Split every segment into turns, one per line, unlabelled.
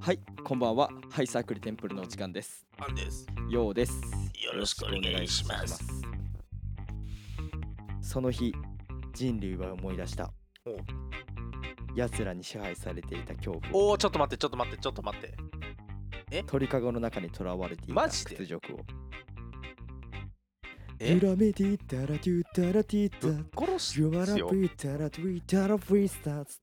はい、こんばんは。ハイサークルテンプルのお時間です。
アンです。
ようです。
よろしくお願いします
よろしくお願いします。その日、人類は思い出した
おう。
奴らに支配されていた恐怖を
おお、ちょっと待って、ちょっと待って、ちょっと待って。
鳥かごの中に囚われていた
マジで
屈辱を
え
揺らめていたらテュータラティータ
ぶっ殺し
ジュ
ですよ
ワラ。ピータラトゥイタラフリースターズ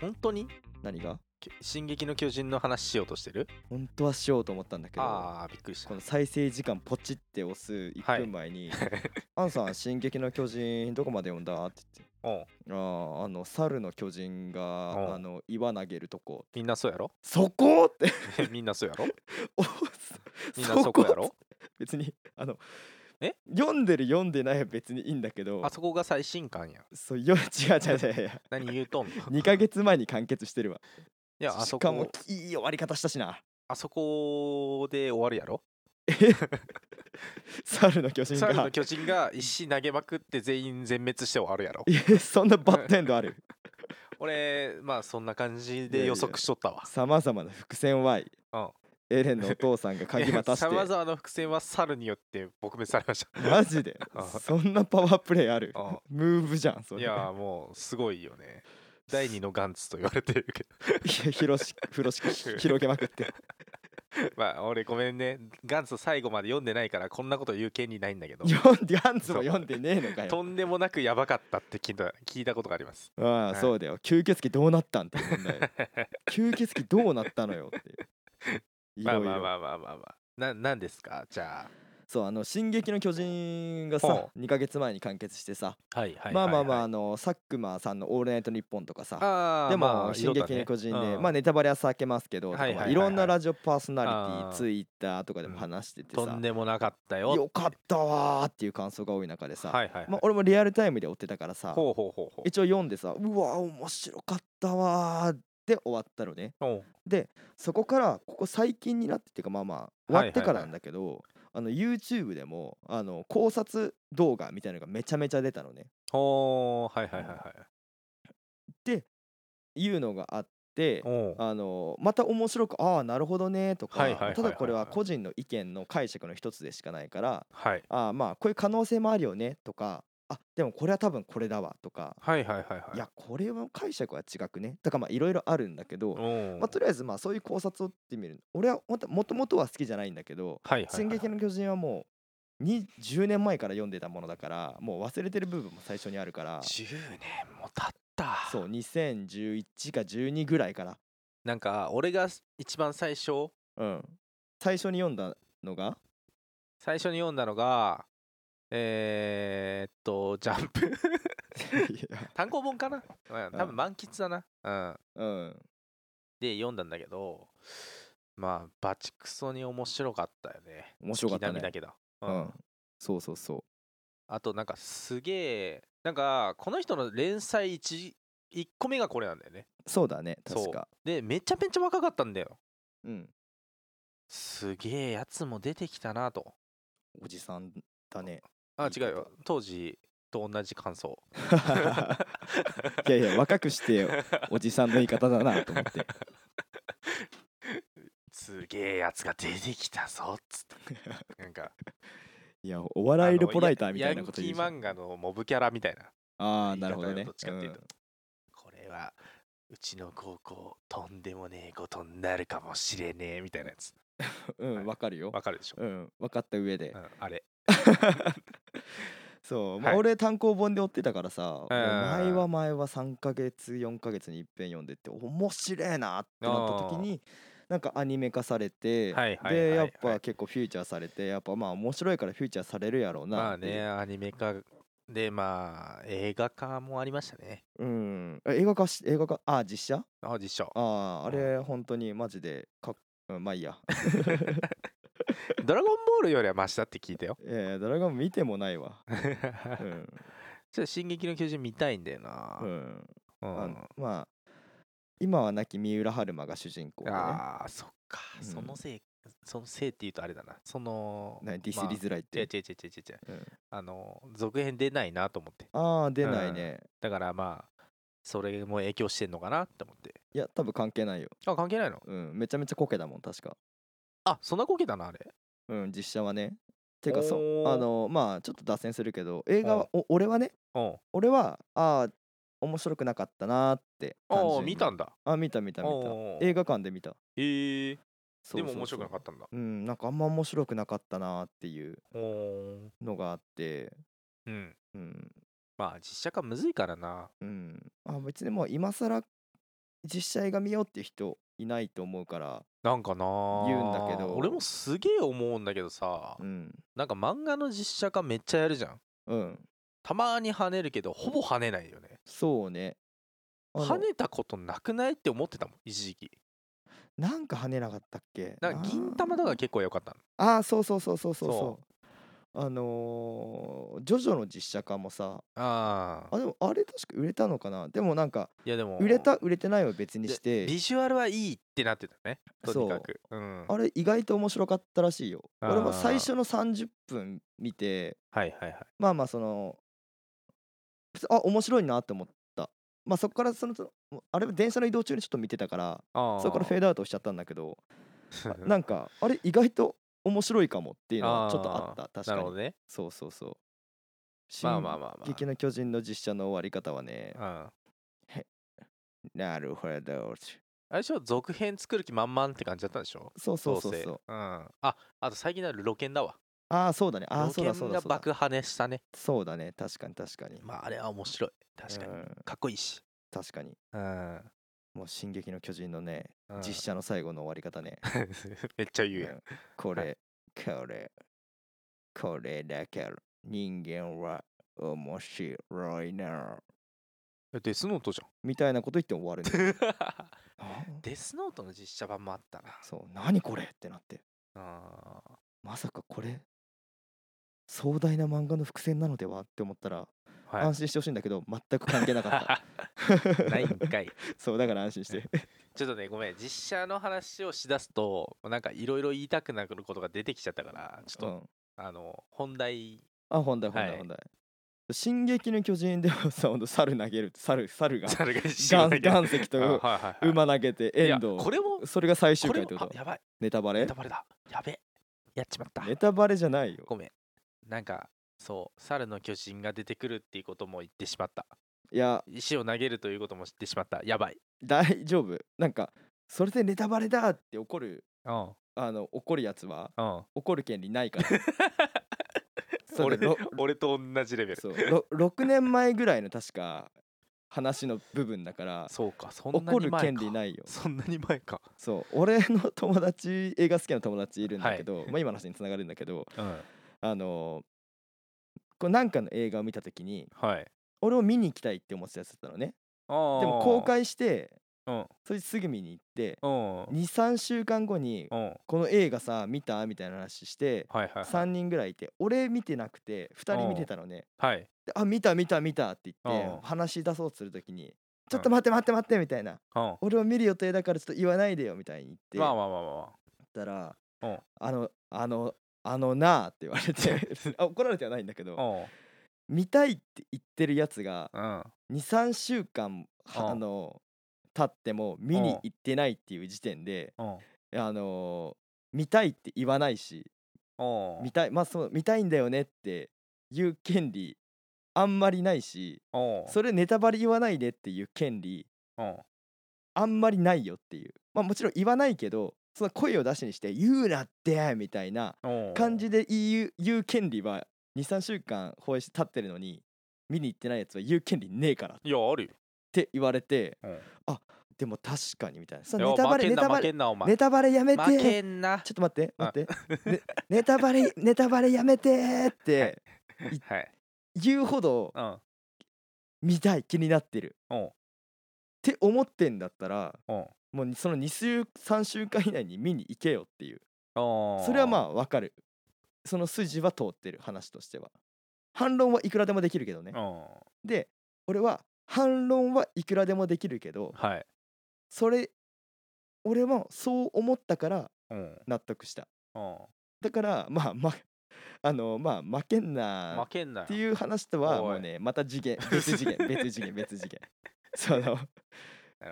本当に
何が
き進撃の巨人の話しようとしてる
本当はしようと思ったんだけど
ああ、びっくりした
こ。の再生時間ポチって押す1分前に 「アンさん進撃の巨人どこまで読んだ?」って言って
う
「
ん、
あーあの猿の巨人
おう
があの岩投げるとこ
みんなそう やろ
そこ!」って
みんなそうやろ
お
みんなそこやろ
別にあの
え
読んでる読んでないは別にいいんだけど
あそこが最新刊やん。
そうよ違う違う違う 違う
何言うとんの
2ヶ月前に完結してるわ
いや、あ
し
そ
かも
こ、
いい終わり方したしな
あそこで終わるやろ
猿の巨人
猿
が
の巨人が石投げまくって全員全滅して終わるやろ
いやそんなバッドエンドある
俺、まあそんな感じ
いやい
で
や
予測しとったわ。
さまざまな伏線 Y
うん
エレンのお父さんが鍵渡 し
さま
て
ざまな伏線は猿によって撲滅されまし
マジで
あ
そんなパワープレイある
た。うん
ムーブじゃんそれ
いやーもうすごいよね。第二のガンツと言われてるけ
いや広し風呂 敷広げまくって
どまあ俺ごめんねガンツ最後まで読んでないからこんなこと言う権利ないんだけど
読んでガンツも読んでねえのかよ
とんでもなくやばかったって聞いた聞いたことがあります
ああ
い
そうだよ吸血鬼どうなったんって問題吸血鬼どうなったのよっていうい
まあ
ろい
まあ
ろ
まあまあまあまあななんですかじゃ
そうあの「進撃の巨人」がさ
ほ
2ヶ月前に完結してさ
あはいは
まあまあまああの佐久間さんの「オールナイトニッポン」とかさ
ああ
でも、
まあ
進撃の巨人で、まあ
ね
ネタバレは避けますけど、
はいはいはいはい
とかまあいろんなラジオパーソナリティ
あー
ツイッターとかでも話してて
と
さ
ん、でもなかったよ
よかったわーっていう感想が多い中でさ、
はいはい、はい
まあ、俺もリアルタイムで追ってたからさ、
ほうほうほうほう
一応読んでさ、うわー面白かったわーで終わったのね。
おう
そこからここ最近になってっていうかまあまあ終わってからなんだけど、あの YouTube でもあの考察動画みたいなのがめちゃめちゃ出たのね。
ほうはいはいはいはい
いうのがあって、
おう
あのまた面白くああなるほどねと
はいはいはい
か
はい
ただこれは個人の意見の解釈の一つでしかないから
はい
ああまあこういう可能性もあるよねとかあでもこれは多分これだわとか
はいはいはいはい
いやこれは解釈は違くねとかまあいろいろあるんだけど、
おう
まあ、とりあえずまあそういう考察をってみる俺はまたもともとは好きじゃないんだけど
はいはいはい
「進撃の巨人」はもうに10年前から読んでたものだからもう忘れてる部分も最初にあるから
10年も経った
そう2011か12ぐらいから、
なんか俺がす一番最初
うん、最初に読んだの が
最初に読んだのがえー、っとジャンプ
いや
単行本かな、うん、多
う
分
ん
満喫だな、うん、
うん
で読んだんだけどまあバチクソに面白かったよね
面白かったね
月並みだけど、う
うんんそうそうそ
あとなんかすげえなんかこの人の連載 1, 一個目がこれなんだよね
うそうだね
そう
確か
でめちゃめちゃ若かったんだよ
うん
すげえやつも出てきたなと
おじさんだね
あ違
言
う
い
よ当時と同じ感想
いやいや若くしておじさんの言い方だなと思って
すげえやつが出てきたぞっつってなんか
いやお 笑いルポライターみたい
あ
な
の
こと
ヤ
言
ヤ
う
ン
じゃん
キー漫画のモブキャラみたいな
ああなるほど
言
ね
い方よどっちかっていうと
うん
これはうちの高校とんでもねえことになるかもしれねえみたいなやつ
うん
はい
わかるよ
わかるでしょ、
うん分かった上で
うんあれ
そうまあ
はい
俺単行本で追ってたからさもう
うんうんうん
前は前は3ヶ月4ヶ月に一遍読んでって面白えなってなった時になんかアニメ化されて
はいはいはい
で
は
やっ
い
ぱ結構フューチャーされてやっぱまあ面白いからフューチャーされるやろう
ま
な
あ
っていう
ねアニメ化でまあ映画化もありましたね
うんえ映画化し映画化あ実写
あ実写
あああ
うん
れ本当にマジでかっうんまあいいや
ドラゴンボールよりはマシだって聞いたよ
えードラゴン見てもないわう
ちょっ
ん
と「進撃の巨人」見たいんだよな
う、ん
うん
あのまあ今は亡き三浦春馬が主人公でね
あーそっか、
うん
そのせいそのせいって言うとあれだなその
なディスりづらいっ
違う違
て
う違う違う違う
うん
あの続編出ないなと思って
ああ出ないね
だからまあそれも影響してんのかなって思って
いや多分関係ないよ
あ関係ないの
うんめちゃめちゃコケだもん確か
あそんなこけたなあれ
うん実写はねてかそ
おー
あのまあちょっと脱線するけど映画は、お俺はね
うん
俺はああ面白くなかったなーって単
ああ
純に
見たんだ
あ見た見た見た
おー
映画館で見た
へえ
そう
で
そう
も
そう
面白くなかったんだ
うんなんかあんま面白くなかったなーっていう
おー
のがあって
うん
うん
まあ実写化むずいからな
うんあ別にもう今更実写映画見ようっていう人いないと思うから
なんかな
言うんだけど
俺もすげえ思うんだけどさ
うん
なんか漫画の実写化めっちゃやるじゃん
うん
たまに跳ねるけどほぼ跳ねないよね
そうねあの
跳ねたことなくないって思ってたもん一時期
なんか跳ねなかったっけ
なんか銀玉とか結構良かったの
ああそうそうそうそうそう
そ
そうあのージョジョの実写化もさ
ああ
あでもあれ確か売れたのかなでもなんか
いやでも
売れた売れてないは別に
で
して
ビジュアルはいいってなってたねとにかくうん
あれ意外と面白かったらしいよ
あー
俺も最初の30分見て
はいはいはい
まあまあそのあ面白いなって思ったまあそこからそのそのあれ電車の移動中にちょっと見てたから
あ
そこからフェ
ェ
ードアウトしちゃったんだけどあ
な
なんかあれ意外と面白いかもっていうのはちょっとあった確か
る
に
ほどね
そうそうそう
まあまあまあまあ
進撃の巨人の実写の終わり方はね
うんあ
なるほど
れでしょ続編作る気満々って感じだったんでしょ
そうそうそう
どせ
そう
うんああと最近なる露見だわ
ああそうだねああ
露
そうだそ
見
うだ
が
そうだ
爆跳ねしたね
そうだね確かに確かに
まああれは面白い確かに
うん
かっこいいし
確かに
うん
もう「進撃の巨人」のね
うん
実写の最後の終わり方ね
めっちゃ言うや
うんんこれこれこれだから人間は面白いな
えデスノートじゃん
みたいなこと言って終わ るんだよあ
デスノートの実写版もあったな
そう何これってなって
あー
まさかこれ壮大な漫画の伏線なのではって思ったら、安心してほしいんだけど全く関係なかった
ないんかい
そうだから安心して
ちょっとねごめん実写の話をしだすとなんかいろいろ言いたくなることが出てきちゃったからちょっ
う
と、
ん
あの本題
あ本題本
はい
題本題進撃の巨人」ではさほんと猿投げる猿猿 が
猿が一
岩
番
岩石と
あはいはいはい
馬投げて
いや
遠藤
これも
それが最終
これ
回って
も
こ
あ
と
やばい
ネタバレ
ネタバレだやべやっちまった
ネタバレじゃないよ
ごめんなんかそう猿の巨人が出てくるっていうことも言ってしまった
いや
石を投げるということも知ってしまったやばい
大丈夫なんかそれでネタバレだって怒る
うん
あの怒るやつは
うん
怒る権利ないから それ
俺
ろ
俺と同じレベル
そうろ6年 前ぐらいの確か話の部分だから
そうかそんなに前
怒る
か
権利ないよ
そんなに前か
そう俺の友達映画好きな友達いるんだけど、まあ今の話につながるんだけど
うん
あのこうなんかの映画を見た時に
はい
俺を見に行きたいって思ってたやつだったのね
で
でも公開して
うん
それすぐ見に行って
うん
23週間後に
うんはい
この映画さ見たみたいな話して
はいはい
3人ぐらいいて俺見てなくて2人見てたのね
はい
であ見た見た見たって言っ
うん
て話し出そうとする時に「ちょっと待って待って待って」みたいな
うん
「俺を見る予定だからちょっと言わないでよ」みたいに言って
ま
言
あ
っ
まあまあまあまあ
たら「
うん
あのあのあのなあ」って言われて あ怒られてはないんだけど
うん
見たいって言ってるやつが
うん
23週間
うん
はあの経っても見に行ってないっていう時点で
うん
あの見たいって言わないし
うん
見たいまあそう見たいんだよねっていう権利あんまりないし
うん
それネタバレ言わないでっていう権利
うん
あんまりないよっていうまあもちろん言わないけどその声を出しにして「言うなって!」みたいな
うん
感じで言う言う権利は23週間放映して立ってるのに見に行ってないやつは言う権利ねえからっ
いやあるよ
て言われて
うん
でも確かにみたいなそ
い
の
や
ネタバ
負
レネタバレ
けんな負けんなお前
ネタバレやめ
負け
て
んな
ちょっと待って
あ
待って、ねネタバ レネタバレやめてって
はい
言うほど
うん
見たい気になってる
う
っ
ん
て思ってんだったら
うん
もうその2週3週間以内に見に行けよっていう
そ
それはまあわかるその筋は通ってる話としては反論はいくらでもできるけどね
うん
で俺は反論はいくらでもできるけど
はい
それ俺もそう思ったから
うん
納得した
うん
だからまあま あのまあ負けんな
負けんな
って
う
いう話とは
おい
も うねまた次元別次元別次元別次元その
なるほどね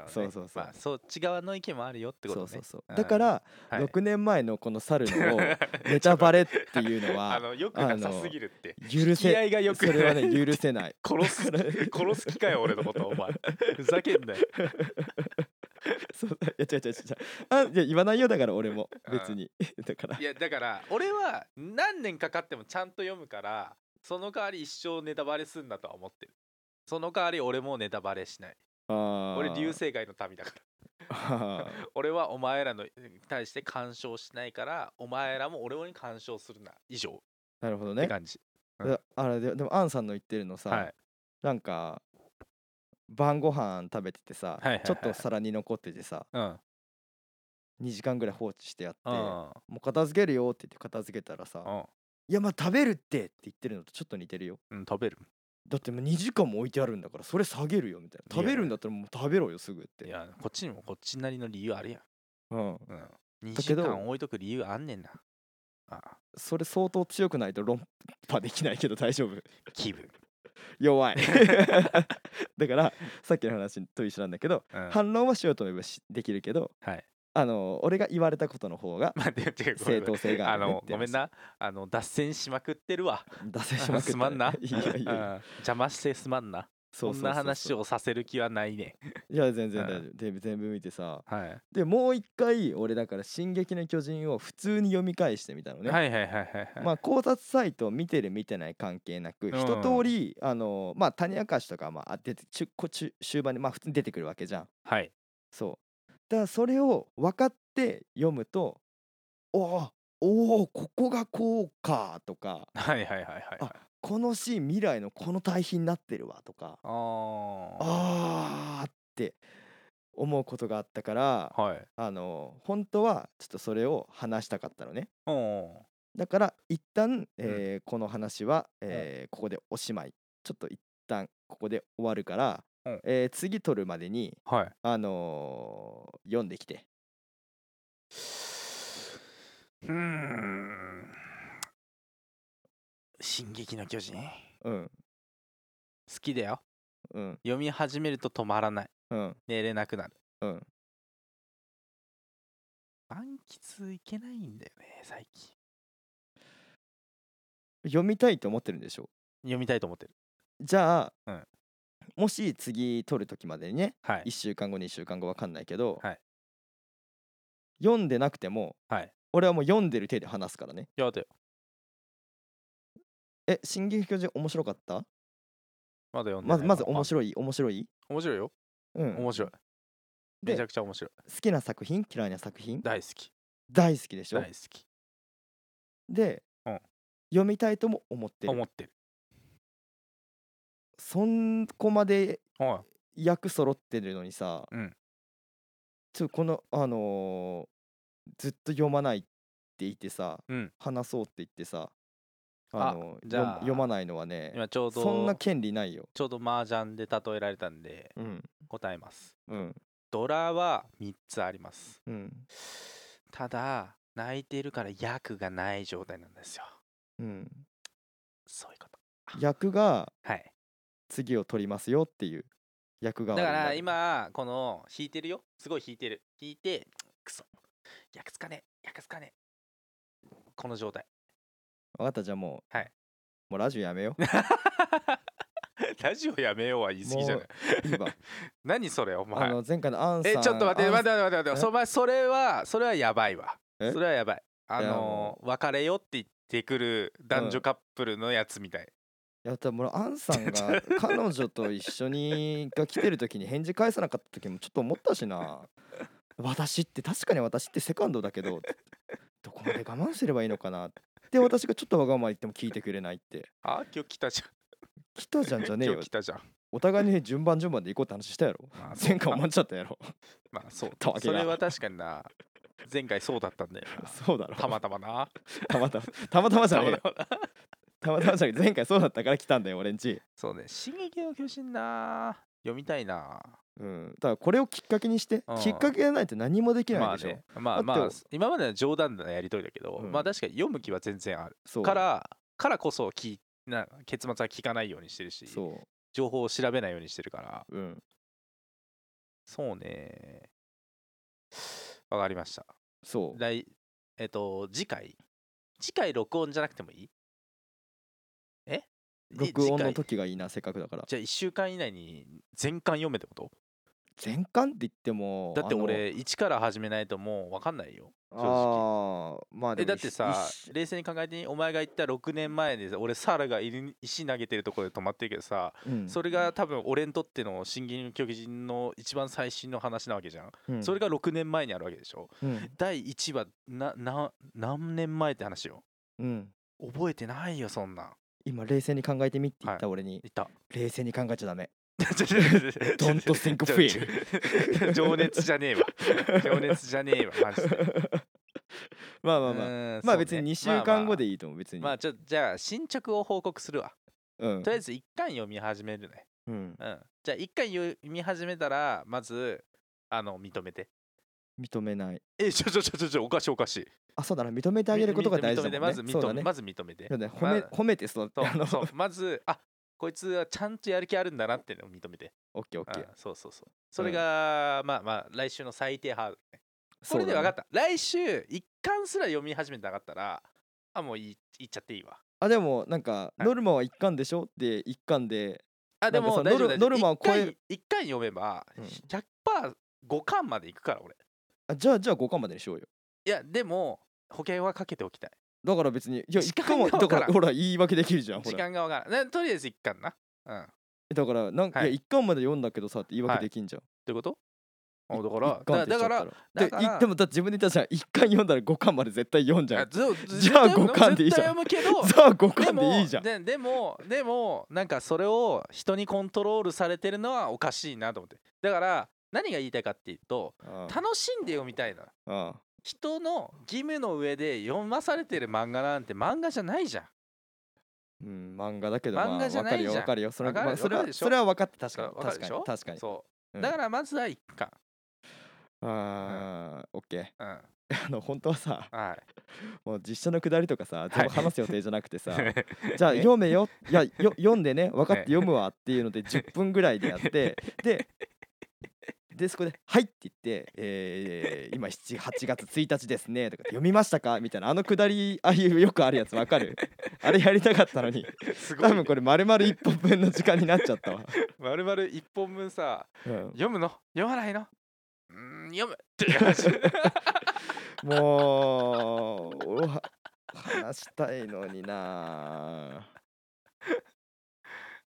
そうそうそう
まあ、そっち側の意見もあるよってこ
そ
と
う
ね。
そうそう
うん
だから
はい
6年前のこの猿 のネタバレっていうの
あ
は
のよくなさすぎるって。
許
気
せ
合がよ
そ
く
れは
ない。
ね許せない
殺す
だから
殺す気かよ俺のことお前。ふざけんなよ。
そういや違う違う違うあいや言わないよだから俺も別に だから
いやだから俺は何年かかってもちゃんと読むからその代わり一生ネタバレすんなとは思ってる。その代わり俺もネタバレしない。
あ
俺流
流
星街の民だから。
あー
俺はお前らのに対して干渉しないからお前らも俺に干渉するな以上
なるほど
って
ね
感じ。うん
だあれででもアンさんの言ってるのさ、
はい。
なんか晩ご飯食べててさ、
いはいはい
ちょっと皿に残っててさ
うん。うん。
2時間ぐらい放置してやって、も
あ
う片付けるよって言って片付けたらさ、
あ。
いやまあ食べるってって言ってるのとちょっと似てるよ
うん食べる。
だってもう2時間も置いてあるんだからそれ下げるよみたいない
や
食べるんだったらもう食べろよすぐって
いやこっちにもこっちなりの理由あるやん。
うん、
うん。2
だ
時
けど
間置いとく理由あんねんな。ああ
それ相当強くないと論破できないけど大丈夫
気分。
弱いだからさっきの話と一緒なんだけど、
うんはい。
反論はしようと思えばしできるけど あの俺が言われたことの方が
まあ、でも違う
正当性があ
あ
るね
の
って
ごめんなあの脱線しまくってるわ
出せしまくったね
すまんな
いやいやいや
うん邪魔してすまんな
そうそうそうそう
そんな話をさせる気はないね
いや全然
うん
大丈夫、で全部見てさ
はい、
でもう一回俺だから「進撃の巨人」を普通に読み返してみたのね、
はいはいはいはいはい
まあ考察サイトを見てる見てない関係なく
ん
一通りあのまあ谷明かしとかまあ出て中こ中終盤にまあ普通に出てくるわけじゃん
はい
そうだからそれを分かって読むとおーおーここがこうかとか
はいはいはいはいはい
このシーン未来のこの対比になってるわとか
あー
あーって思うことがあったから
はい
あの本当はちょっとそれを話したかったのね
うん
だから一旦、えーこの話は、えーここでおしまいちょっと一旦ここで終わるから、
うん
えー次撮るまでに、
はい
あのー読んできて
うーん「進撃の巨人」
うん
好きだよ
うん
読み始めると止まらない
うん
寝れなくなる
うん
満喫いけないんだよね最近
読みたいと思ってるんでしょ
読みたいと思ってる
じゃあ、
うん
もし次撮る時までにね
はい
1週間後2週間後わかんないけど、
はい
読んでなくても、
はい
俺はもう読んでる手で話すからね
やだよ
え「進撃の巨人」面白かった
まだ読んでな
ま
い
ずまず面
い
白い面白い、
面白いよ
うん、好
面白い
で
めちゃくちゃ面白い
きな作品嫌いな作品
大好き
大好きでしょ
大好き
で、
うん
読みたいとも思って
思
る
ってる
そんこまで
は
役揃ってるのにさ、
うん
ちょっとこのあのーずっと読まないって言ってさ、
うん
話そうって言ってさ
あ
あの
じゃあ
読読まないのはいね
今ちょうど
そんな権利ないよ
ちょうど麻雀で例えられたんで
うん
答えます
うん
ドラは3つあります
うん
ただ泣いてるから役がない状態なんですよ
うん
そういうこと
役が
はい
次を取りますよっていう役が
だ
ある
から
んだ
今この引いてるよすごい引いてる引いてクソ役つかねえ役つかねえこの状態
分かったじゃあもう、
はい
もうラジオやめよう
ラジオやめようは言い過ぎじゃない
もいいわ
何それお
あ
前
の前回のアンさん
えちょっと待っ
ア
て
ン
待って待って待って
え
そお前それはそれはやばいわ
え
それはやばいあ
いや
の
も
ー別れよって言ってくる男女カップルのやつみたい、
いや多分俺アンさん が彼女と一緒にが来てる時に返事返さなかった時もちょっと思ったしな私って確かに私ってセカンドだけどどこまで我慢すればいいのかなって私がちょっとわがまま言っても聞いてくれないって
あ今日来たじ
来たじゃ
ゃん
んじゃねえ
今
よ
日来たじゃん
お互いに順番順番で行こうって話したやろ
まあそう
前回思っちゃった やろ
まあそう
たわけ
そ
が
れは確かにな前回そうだったんだよ な
そうだろ
たまた まな
たまたまたまたまじゃねえよ
たまたまな
たまたまじゃねえ前回そうだったから来たんだよ俺んち
そうね「進撃の巨人な」読みたいな
うんだからこれをきっかけにして
うん
きっかけがないと何もできないでしょ、
まあねまあ
だっ
まあ
て
今までの冗談なやりとりだけど、
うん
まあ確かに読む気は全然ある
そう
からからこそ聞いな結末は聞かないようにしてるし
そ
情報を調べないようにしてるから
ううん
そうねわかりました
そう
来えっと次回次回録音じゃなくてもいいえ
録音の
次回
時がいいなせっかくだから
じゃあ1週間以内に全巻読めってこと
全巻って言っても
だって俺1から始めないともう分かんないよ
あ
正直
のあーまあで
え
も
だってさ
一緒
冷静に考えてお前が言った6年前でさ俺サラが石石投げてるところで止まってるけどさ、
うん
それが多分俺にとっての「進撃の巨人」の一番最新の話なわけじゃん、
うん
それが6年前にあるわけでしょ
うん
第1話なな何年前って話よ
うん
覚えてないよそんなん
今冷静に考えてみって言った俺に
いた
冷静に考えちゃダメ
Don't
think fear.
情熱じゃねえわ情熱じゃねえわマジで
まあまあまあ
あ
まあ別に2週間後で
いい
いいと思う別に
まあちょじゃあ進捗を報告するわ
うん
とりあえず一巻読み始めるね
うん
うんじゃあ一巻読み始めたらまずあの認めて
認めない
えちょちょちょちょちょおかしいおかしい
あそうだな認めてあげることが大事だもんね
認めてまず
そう
認
だ
め
ね
まず認めて
そうだね褒め
ま
褒めて育ってあ
そ
の
うそうまずあこいつはちゃんとやる気あるんだなっていうのを認めて
オッケーオッケー
うんそうそうそうそれが、まあまあ来週の最低ハードルねこれ
そ
で
うだ
分
ね
かった、来週一巻すら読み始めてなかったらあもういいいっちゃっていいわ
あでもなんか
い
ノルマは一巻でしょって一巻で
あで
なんか
も
さ
大丈
ノル
夫大丈夫
ノルマを超え
一回一回読めば
うん
100%5 巻までいくから俺
あじゃあじゃあ5巻までにしようよ
いやでも保険はかけておきたい
だから別にいや
時
一巻
間が
はだか
わかららん
ほら言い訳できるじゃんほ
時
ら
間が分からないなとりあえず一巻なうん
だからなんか
はい
いや一巻まで読んだけどさって言い
はい
訳できんじゃん
ということあだか
一
ら
巻
だだから
ってしちゃっ
だ
た
から
でいでもだって自分で言ったじゃん一巻読んだら5巻まで絶対読んじゃ
あ
ん
ず
じゃあ五巻でいいじゃん
絶対 読むけど
じゃあ5
で
巻
も
でいいじゃん
ででもでもなんかそれを人にコントロールされてるのはおかしいなと思ってだから何が言いたいかっていうと
あ
楽しんで読みたいな
あああ
人の義務の上で読まされてる漫画なんて漫画じゃないじゃん
うん、漫画だけど、まあ、
漫画じゃ
わ
ない
かるよ
じゃん
わかるよそれ,、
わかる
まあ、それ
わ
は
かるでしょ
それは分かって確かに
わかる
確
で
か
し
に
ょ
確かに
そ
うん
うだからまずは一巻
ああ、オッケー
うん
あの本当はさ
は
もう実写のくだりとかさ全部話す予定じゃなくて さ、
い
じゃあ
ね
読めよい やよ読んでね分かっ
え
て読むわっていうので10分ぐらいでや ってででそこで「はい」って言って「えー今7 8月1日ですね」とか「読みましたか?」みたいなあのくだりああいうよくあるやつ分か るあれやりたかったのに
すご
多
い
分これ丸々1本分の時間になっちゃったわ、
まるまる一本分さ
うん
読むの読まないのうーん読む っていう話
もうおは話したいのにな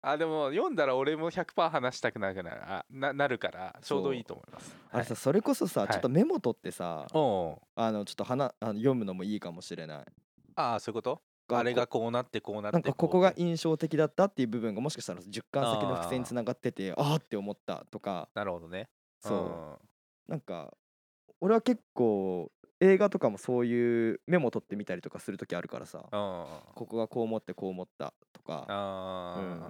あでも読んだら俺も100%話したくなくなるあななるからちょうどいいと思います
あれさそれこそさ
はい
ちょっとメモ取ってさ、
おお
あのちょっと話あの読むのもいいかもしれない
ああそういうことあれがこうなってこうなって
なんかここが
う
印象的だったっていう部分がもしかしたら10巻先の伏線につながっててああって思ったとか
なるほどね
そうなんか俺は結構映画とかもそういうメモ取ってみたりとかする時あるからさ
うんうんうん
ここがこう思ってこう思ったとか
あー、
うん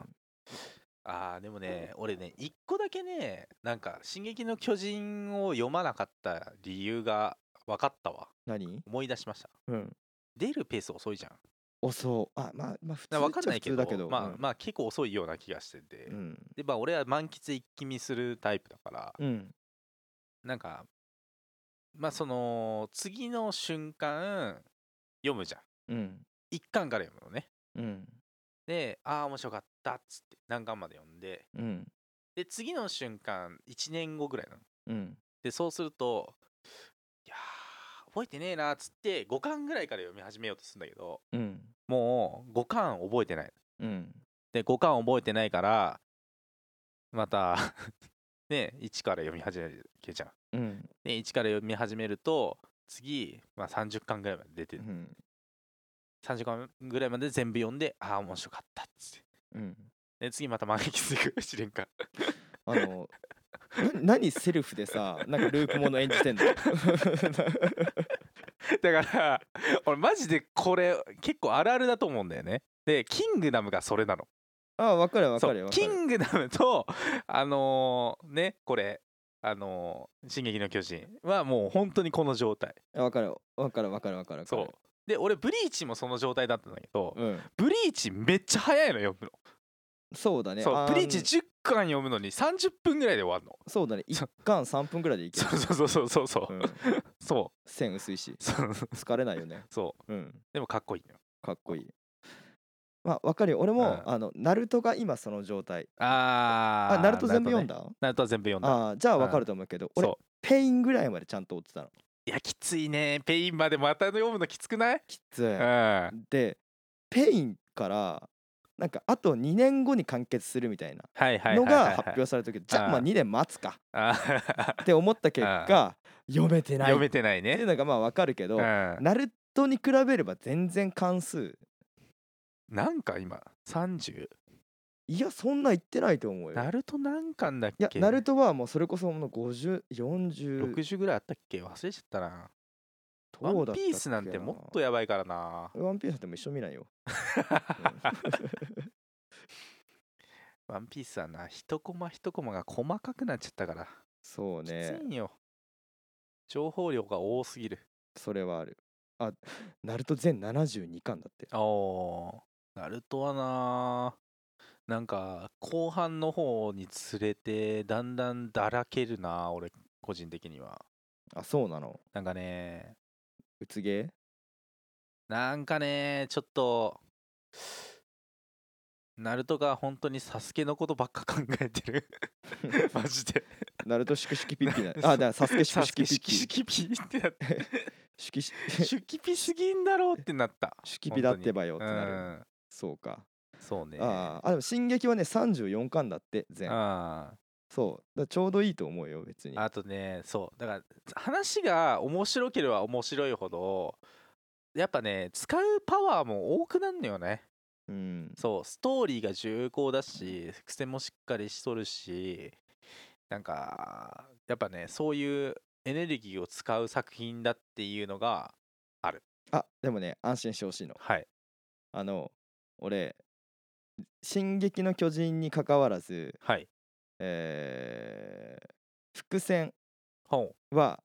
あーでもね俺ね一個だけねなんか「進撃の巨人」を読まなかった理由が分かったわ
何
思い出しました
うん
出るペース遅いじゃん
おそうあまあまあ普通
な
っ
分かん
ちゃ
ない
普
けど
通だけど
まあ、
うん
まあ結構遅いような気がしてて、
うん
でまあ俺は満喫一気見するタイプだから、
うん
なんかまあその次の瞬間読むじゃん
うん
一巻から読むのね
うん
でああ面白かったっつって何巻まで読んで
うん
で次の瞬間1年後ぐらいなの
うん
でそうするといやー覚えてねえなっつって5巻ぐらいから読み始めようとするんだけど
うん
もう5巻覚えてない
うん
で5巻覚えてないからまた ね1から読み始めるけじゃん
うん
で1から読み始めると次、まあ、30巻ぐらいまで出てる
うん
30巻ぐらいまで全部読んでああ面白かったっつって
うん
で次また満喫していく 試練か
あのな何セルフでさなんかループもの演じてんの
だから 俺マジでこれ結構あるあるだと思うんだよねでキングダムがそれなの
あ分かる分
そ
か
う
る分か
キ
る
ングダムとあのーねこれあのー進撃の巨人」はもう本当にこの状態
分かる分かる分かる分かる分か
そう
る
で俺ブリーチもその状態だったんだけど
うん
ブリーチめっちゃ早いの読むの
そうだね
そう
あー
プリーチ10巻読むのに30分ぐらいで終わるの
そうだね
そ
1巻3分ぐらいでいける、
そうそうそうそうそううんそ
線薄いし
うそう
疲れないよね
そう
うん
でもかっこいいのよ
かっこいいまあわかるよ俺も、
うん
あのナルトが今その状態
あ
あ
ー
ナルト全部読ん
だ
だ、
ナルトは全部読んだ
ああじゃあわかると思うけど、俺
そう
ペインぐらいまでちゃんと追ってたの
いやきついねペインまでまた読むのきつくない
きつい、
うん
でペインからなんかあと2年後に完結するみたいな
はいはいはい
の
はい
が発表された時、じゃあまあ
うん
2年待つか
あー
って思った結果読めてないっ
読めてない
ていう
ね
のがまあわかるけ
う
ど、
ん
ナルトに比べれば全然関数
なんか今 30?
いやそんな言ってないと思うよ
ナルト何巻だっ
いや
け
ナルトはもうそれこそもう5040
60ぐらいあったっけ忘れちゃったなワ
どう
ン
だったっけ
ピースなんてもっとやばいからな
ワンピースでも一緒見ない よ
ワンピースはな一コマ一コマが細かくなっちゃったから
そうね
きついんよ情報量が多すぎる
それはあるあナルト全72巻だって
おーナルトはななんか後半の方につれてだんだんだらけるな俺個人的には
あそうなの
なんかね
うつげ
なんかねちょっとナルトが本当にサスケのことばっか考えて る
ー
マジで
ナルトシクシキピッピなあだからサスケシ
サ
ク
ス
シ
ケ
キピ
シ
ッ
キシ
ピ
キピってなって
シキシ
シュキピすぎんだろうって なった
シキピだってばよって
う
なる、
ん
そうか
そうね
あーあでも「進撃」はね34巻だって全
あ
そうだからちょうどいいと思うよ別に
あとねそうだから話が面白ければ面白いほどやっぱね使うパワーも多くなるのよね
うん
そうストーリーが重厚だし伏線もしっかりしとるしなんかやっぱねそういうエネルギーを使う作品だっていうのが
あでもね安心してほしいの
はい
あの俺「進撃の巨人」にかかわらず
はい
えー伏線
本
は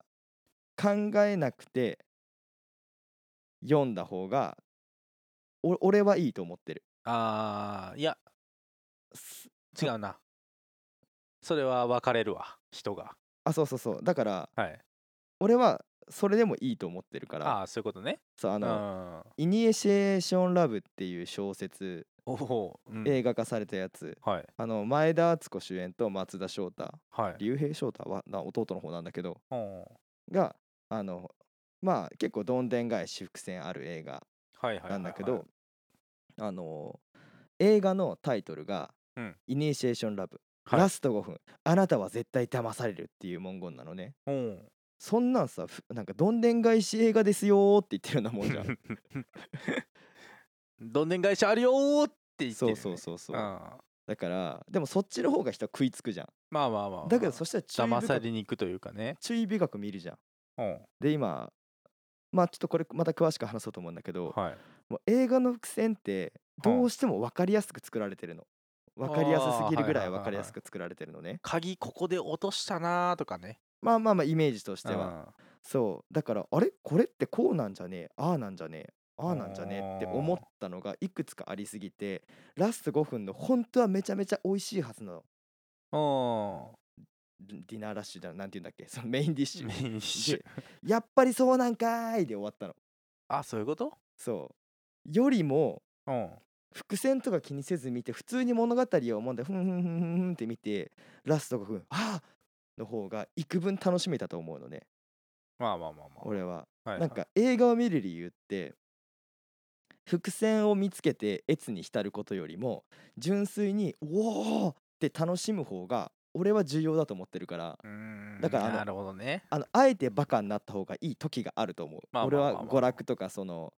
考えなくて読んだ方がお俺はいいと思ってる
あーいや
す
違うなそれは分かれるわ人が
あそうそうそうだから
はい
俺はそれでもいいと思ってるから
ああそういうことね
そうあ
う
の
ん
「イニエシエーション・ラブ」っていう小説
おお、うん
映画化されたやつ
はい
あの前田敦子主演と松田翔太
はい
竜兵翔太はな弟の方なんだけど
うん
があのまあ結構どんでん返し伏線ある映画
はいはい
なんだけど、
はいはい
あの映画のタイトルが「
うん
イニシエーション・ラブ」
はい
ラスト5分あなたは絶対騙される」っていう文言なのね
うん
そんなんさふなんかどんでん返し映画ですよーって言ってるようなもんじゃん
どんでん返しあるよーって言っ
そ
てるよ
う
ね
そうそうそう
うん
だからでもそっちの方が人は食いつくじゃん
まあまあまあ
だけどそ
し
したら注意
騙さ
深
れ
く
に行くというかね
注意深く見るじゃん
うん
で今まあちょっとこれまた詳しく話そうと思うんだけど、
はい
もう映画の伏線って
うん
どうしても分かりやすく作られてるの分かりやすすぎるぐらい
あーはいはいはいはい
分かりやすく作られてるのね
鍵ここで落としたなーとかね
まあまあまあイメージとして
うん
はそうだからあれこれってこうなんじゃねえああなんじゃねえああなんじゃねえって思ったのがいくつかありすぎてラスト5分の本当はめちゃめちゃ美味しいはずのディナーラッシュだなんて言うんだっけそ のメインディッシ
うんメ
ュ
インシュ
でやっぱりそうなんかーいで終わったの
あそういうこと
そうよりも
うん
伏線とか気にせず見て普通に物語を読んでふんふんふんふんふんって見てラスト5分「あーの方が幾分楽しめたと思うのね
まあまあまあまあ
俺は。
はい
なんか映画を見る理由って伏線を見つけて越に浸ることよりも純粋に「おお!」って楽しむ方が俺は重要だと思ってるから
うーん
だからあの
なるほどね
あのあえてバカになった方がいい時があると思う
まあまあ
俺
まあ
は
まあ
娯楽とかその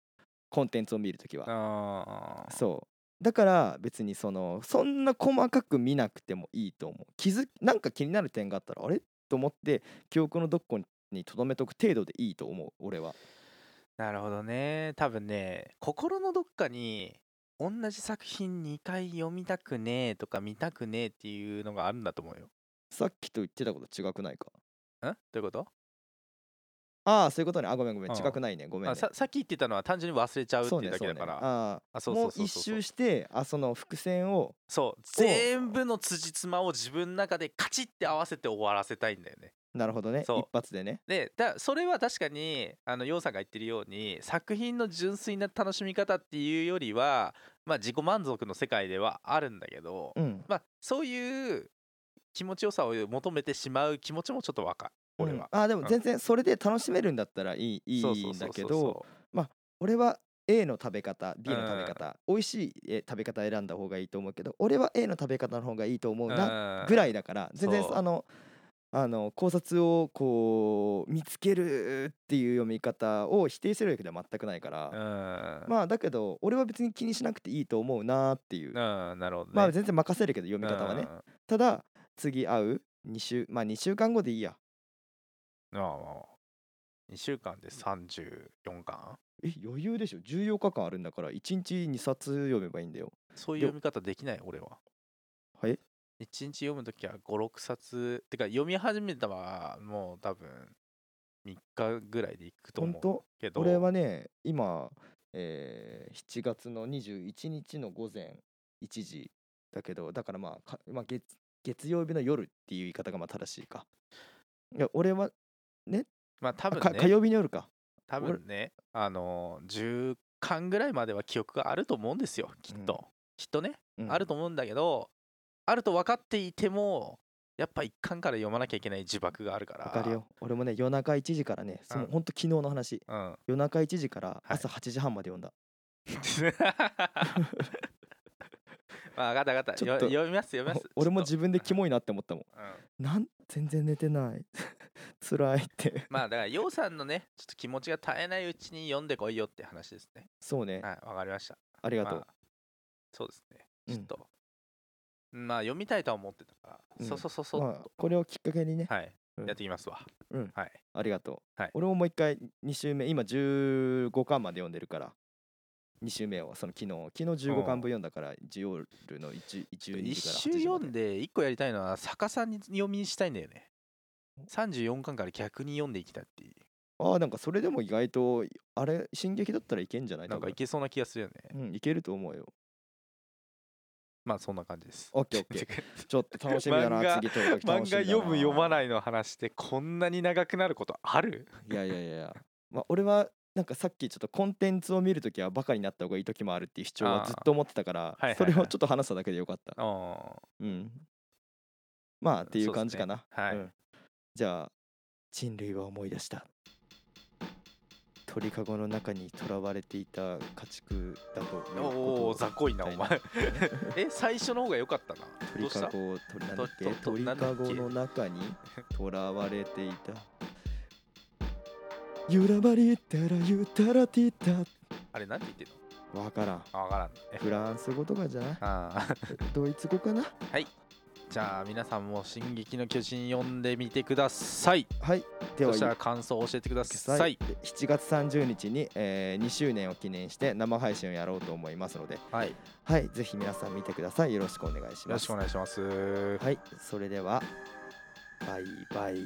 コンテンツを見る時は。
あー
そうだから別にそのそんな細かく見なくてもいいと思う気づなんか気になる点があったらあれと思って記憶のどこに留めとく程度でいいと思う俺は
なるほどね多分ね心のどっかに同じ作品2回読みたくねえとか見たくねえっていうのがあるんだと思うよ
さっきと言ってたこと違くないか
んどういうこと
ああそういうことねあごめんごめん
うん
近くないねごめん、
あ
ね
ささっき言ってたのは単純に忘れちゃうって
そう
いう
ね
だ
そ
け
うね
だから
あ
あ
あ
そうそ
も
う
う
そう
一
そう
周してあその伏線を
そう全部の辻褄を自分の中でカチッて合わせて終わらせたいんだよね
なるほどね
そう
一発でね
でだそれは確かにあのヨウさんが言ってるように作品の純粋な楽しみ方っていうよりは、まあ、自己満足の世界ではあるんだけど、
うん
まあ、そういう気持ちよさを求めてしまう気持ちもちょっとわかる俺は。
うんああで
う
も
ん
全然それで楽しめるんだったらいいい
そうそ
い
うんそ
だ
う
け
そう
ど
そ
俺は A の食べ方 B の食べ
うん
方、美味しいえ食べ方選んだ方がいいと思うけど俺は A の食べ方の方がいいと思う
う
な
うん
ぐらいだから全然
そう
あのあの考察をこう見つけるっていう読み方を否定するわけでは全くないから、
うん
まあだけど俺は別に気にしなくていいと思うなっていう、
うんなるほどね。
まあ全然任せるけど読み方はね、
うん
ただ次会う2週まあ2週間後でいいや
まあまあ2週間で34巻
え余裕でしょ14日間あるんだから1日2冊読めばいいんだよ
そういう
で
読み方できない俺は。
はい
1日読むときは56冊てか読み始めたはもう多分3日ぐらいでいくと
本
思う
当
けど
俺はね今、えー7月の21日の午前1時だけどだからまあか、まあ、月月曜日の夜っていう言い方がまあ正しいかいや俺は
まあ多
あ
分
か火
ね
曜日の夜か
多
俺
分ねあのー10巻ぐらいまでは記憶があると思うんですよきっと、きっとね、
うん
あると思うんだけどあると分かっていてもやっぱ1巻から読まなきゃいけない自爆があるから
わかるよ俺もね夜中1時からねその
うん
ほんと昨日の話
うん
夜中1時から
い
朝8時半まで読んだ、
まあ分かった分かった
ちょ
よ
っと
読みます読みます
お俺も
ち
自
ょっと
分でキモいなって思ったも
うん
んなん全然寝てない 辛いって
まあだからようさんのねちょっと気持ちが絶えないうちに読んでこいよって話ですね
そうね
はいわかりました
あり
あ
がとう、
そうですね
うん
ちょっと、まあ読みたいとは思ってたから、
うん
そうそうそうそう、
まあ、これをきっかけにね、
はい、
うん
やっていきますわ、
うん
はい
ありがとう、
はい
俺ももう一回2週目今15巻まで読んでるから2週目をその昨日昨日15巻分読んだからジオールの1 12
一
時から
周
8時ま
読
で
んで一個やりたいのは逆さに読みにしたいんだよね34巻から逆に読んでいきたいってい
ああなんかそれでも意外とあれ進撃だったらいけんじゃな
う
い
なんかい
いけ,
けそうな気がするよね
多分、うん、いけると思うよ
まあそんな感じです
オッケーオッケーちょっと楽しみだ
漫画
な次撮る時
漫
楽し
画
みだな
読む読まないの話でこんなに長くなることある
いやいやいやいや、まあ、俺はなんかさっきちょっとコンテンツを見るときはバカになった方がいいときもあるっていう主張
あ
は
ー
ずっと思ってたから、
いはいはい
それをちょっと話しただけでよかった。
うん
うん、まあってい
そううですね
感じかな。
はい
うんじゃあ人類は思い出した。鳥かごの中にとらわれていた家畜だということ
おお
を
ーざっこいなお
みた
前え最初の方が良かったなど
鳥
うし
か
た
ご鳥なんだっけ
どど
鳥
なんだ
か
っけ
ごの中に囚われていたゆらばりたらゆたらていた
あれなんて言ってんの
わからん
あわからんえ
フランス語とかじゃ ない
あー
ドイツ語かな
じゃあ皆さんも「進撃の巨人」読んでみてください
はいで
そ
は
したら感想を教えてください
7月30日に、えー2周年を記念して生配信をやろうと思いますので
はいよ
はいぜひ皆さん見てくださいよろしくお願いし
ろ
ま
し
す
くお願いしますは
はいそれではバイバイ
い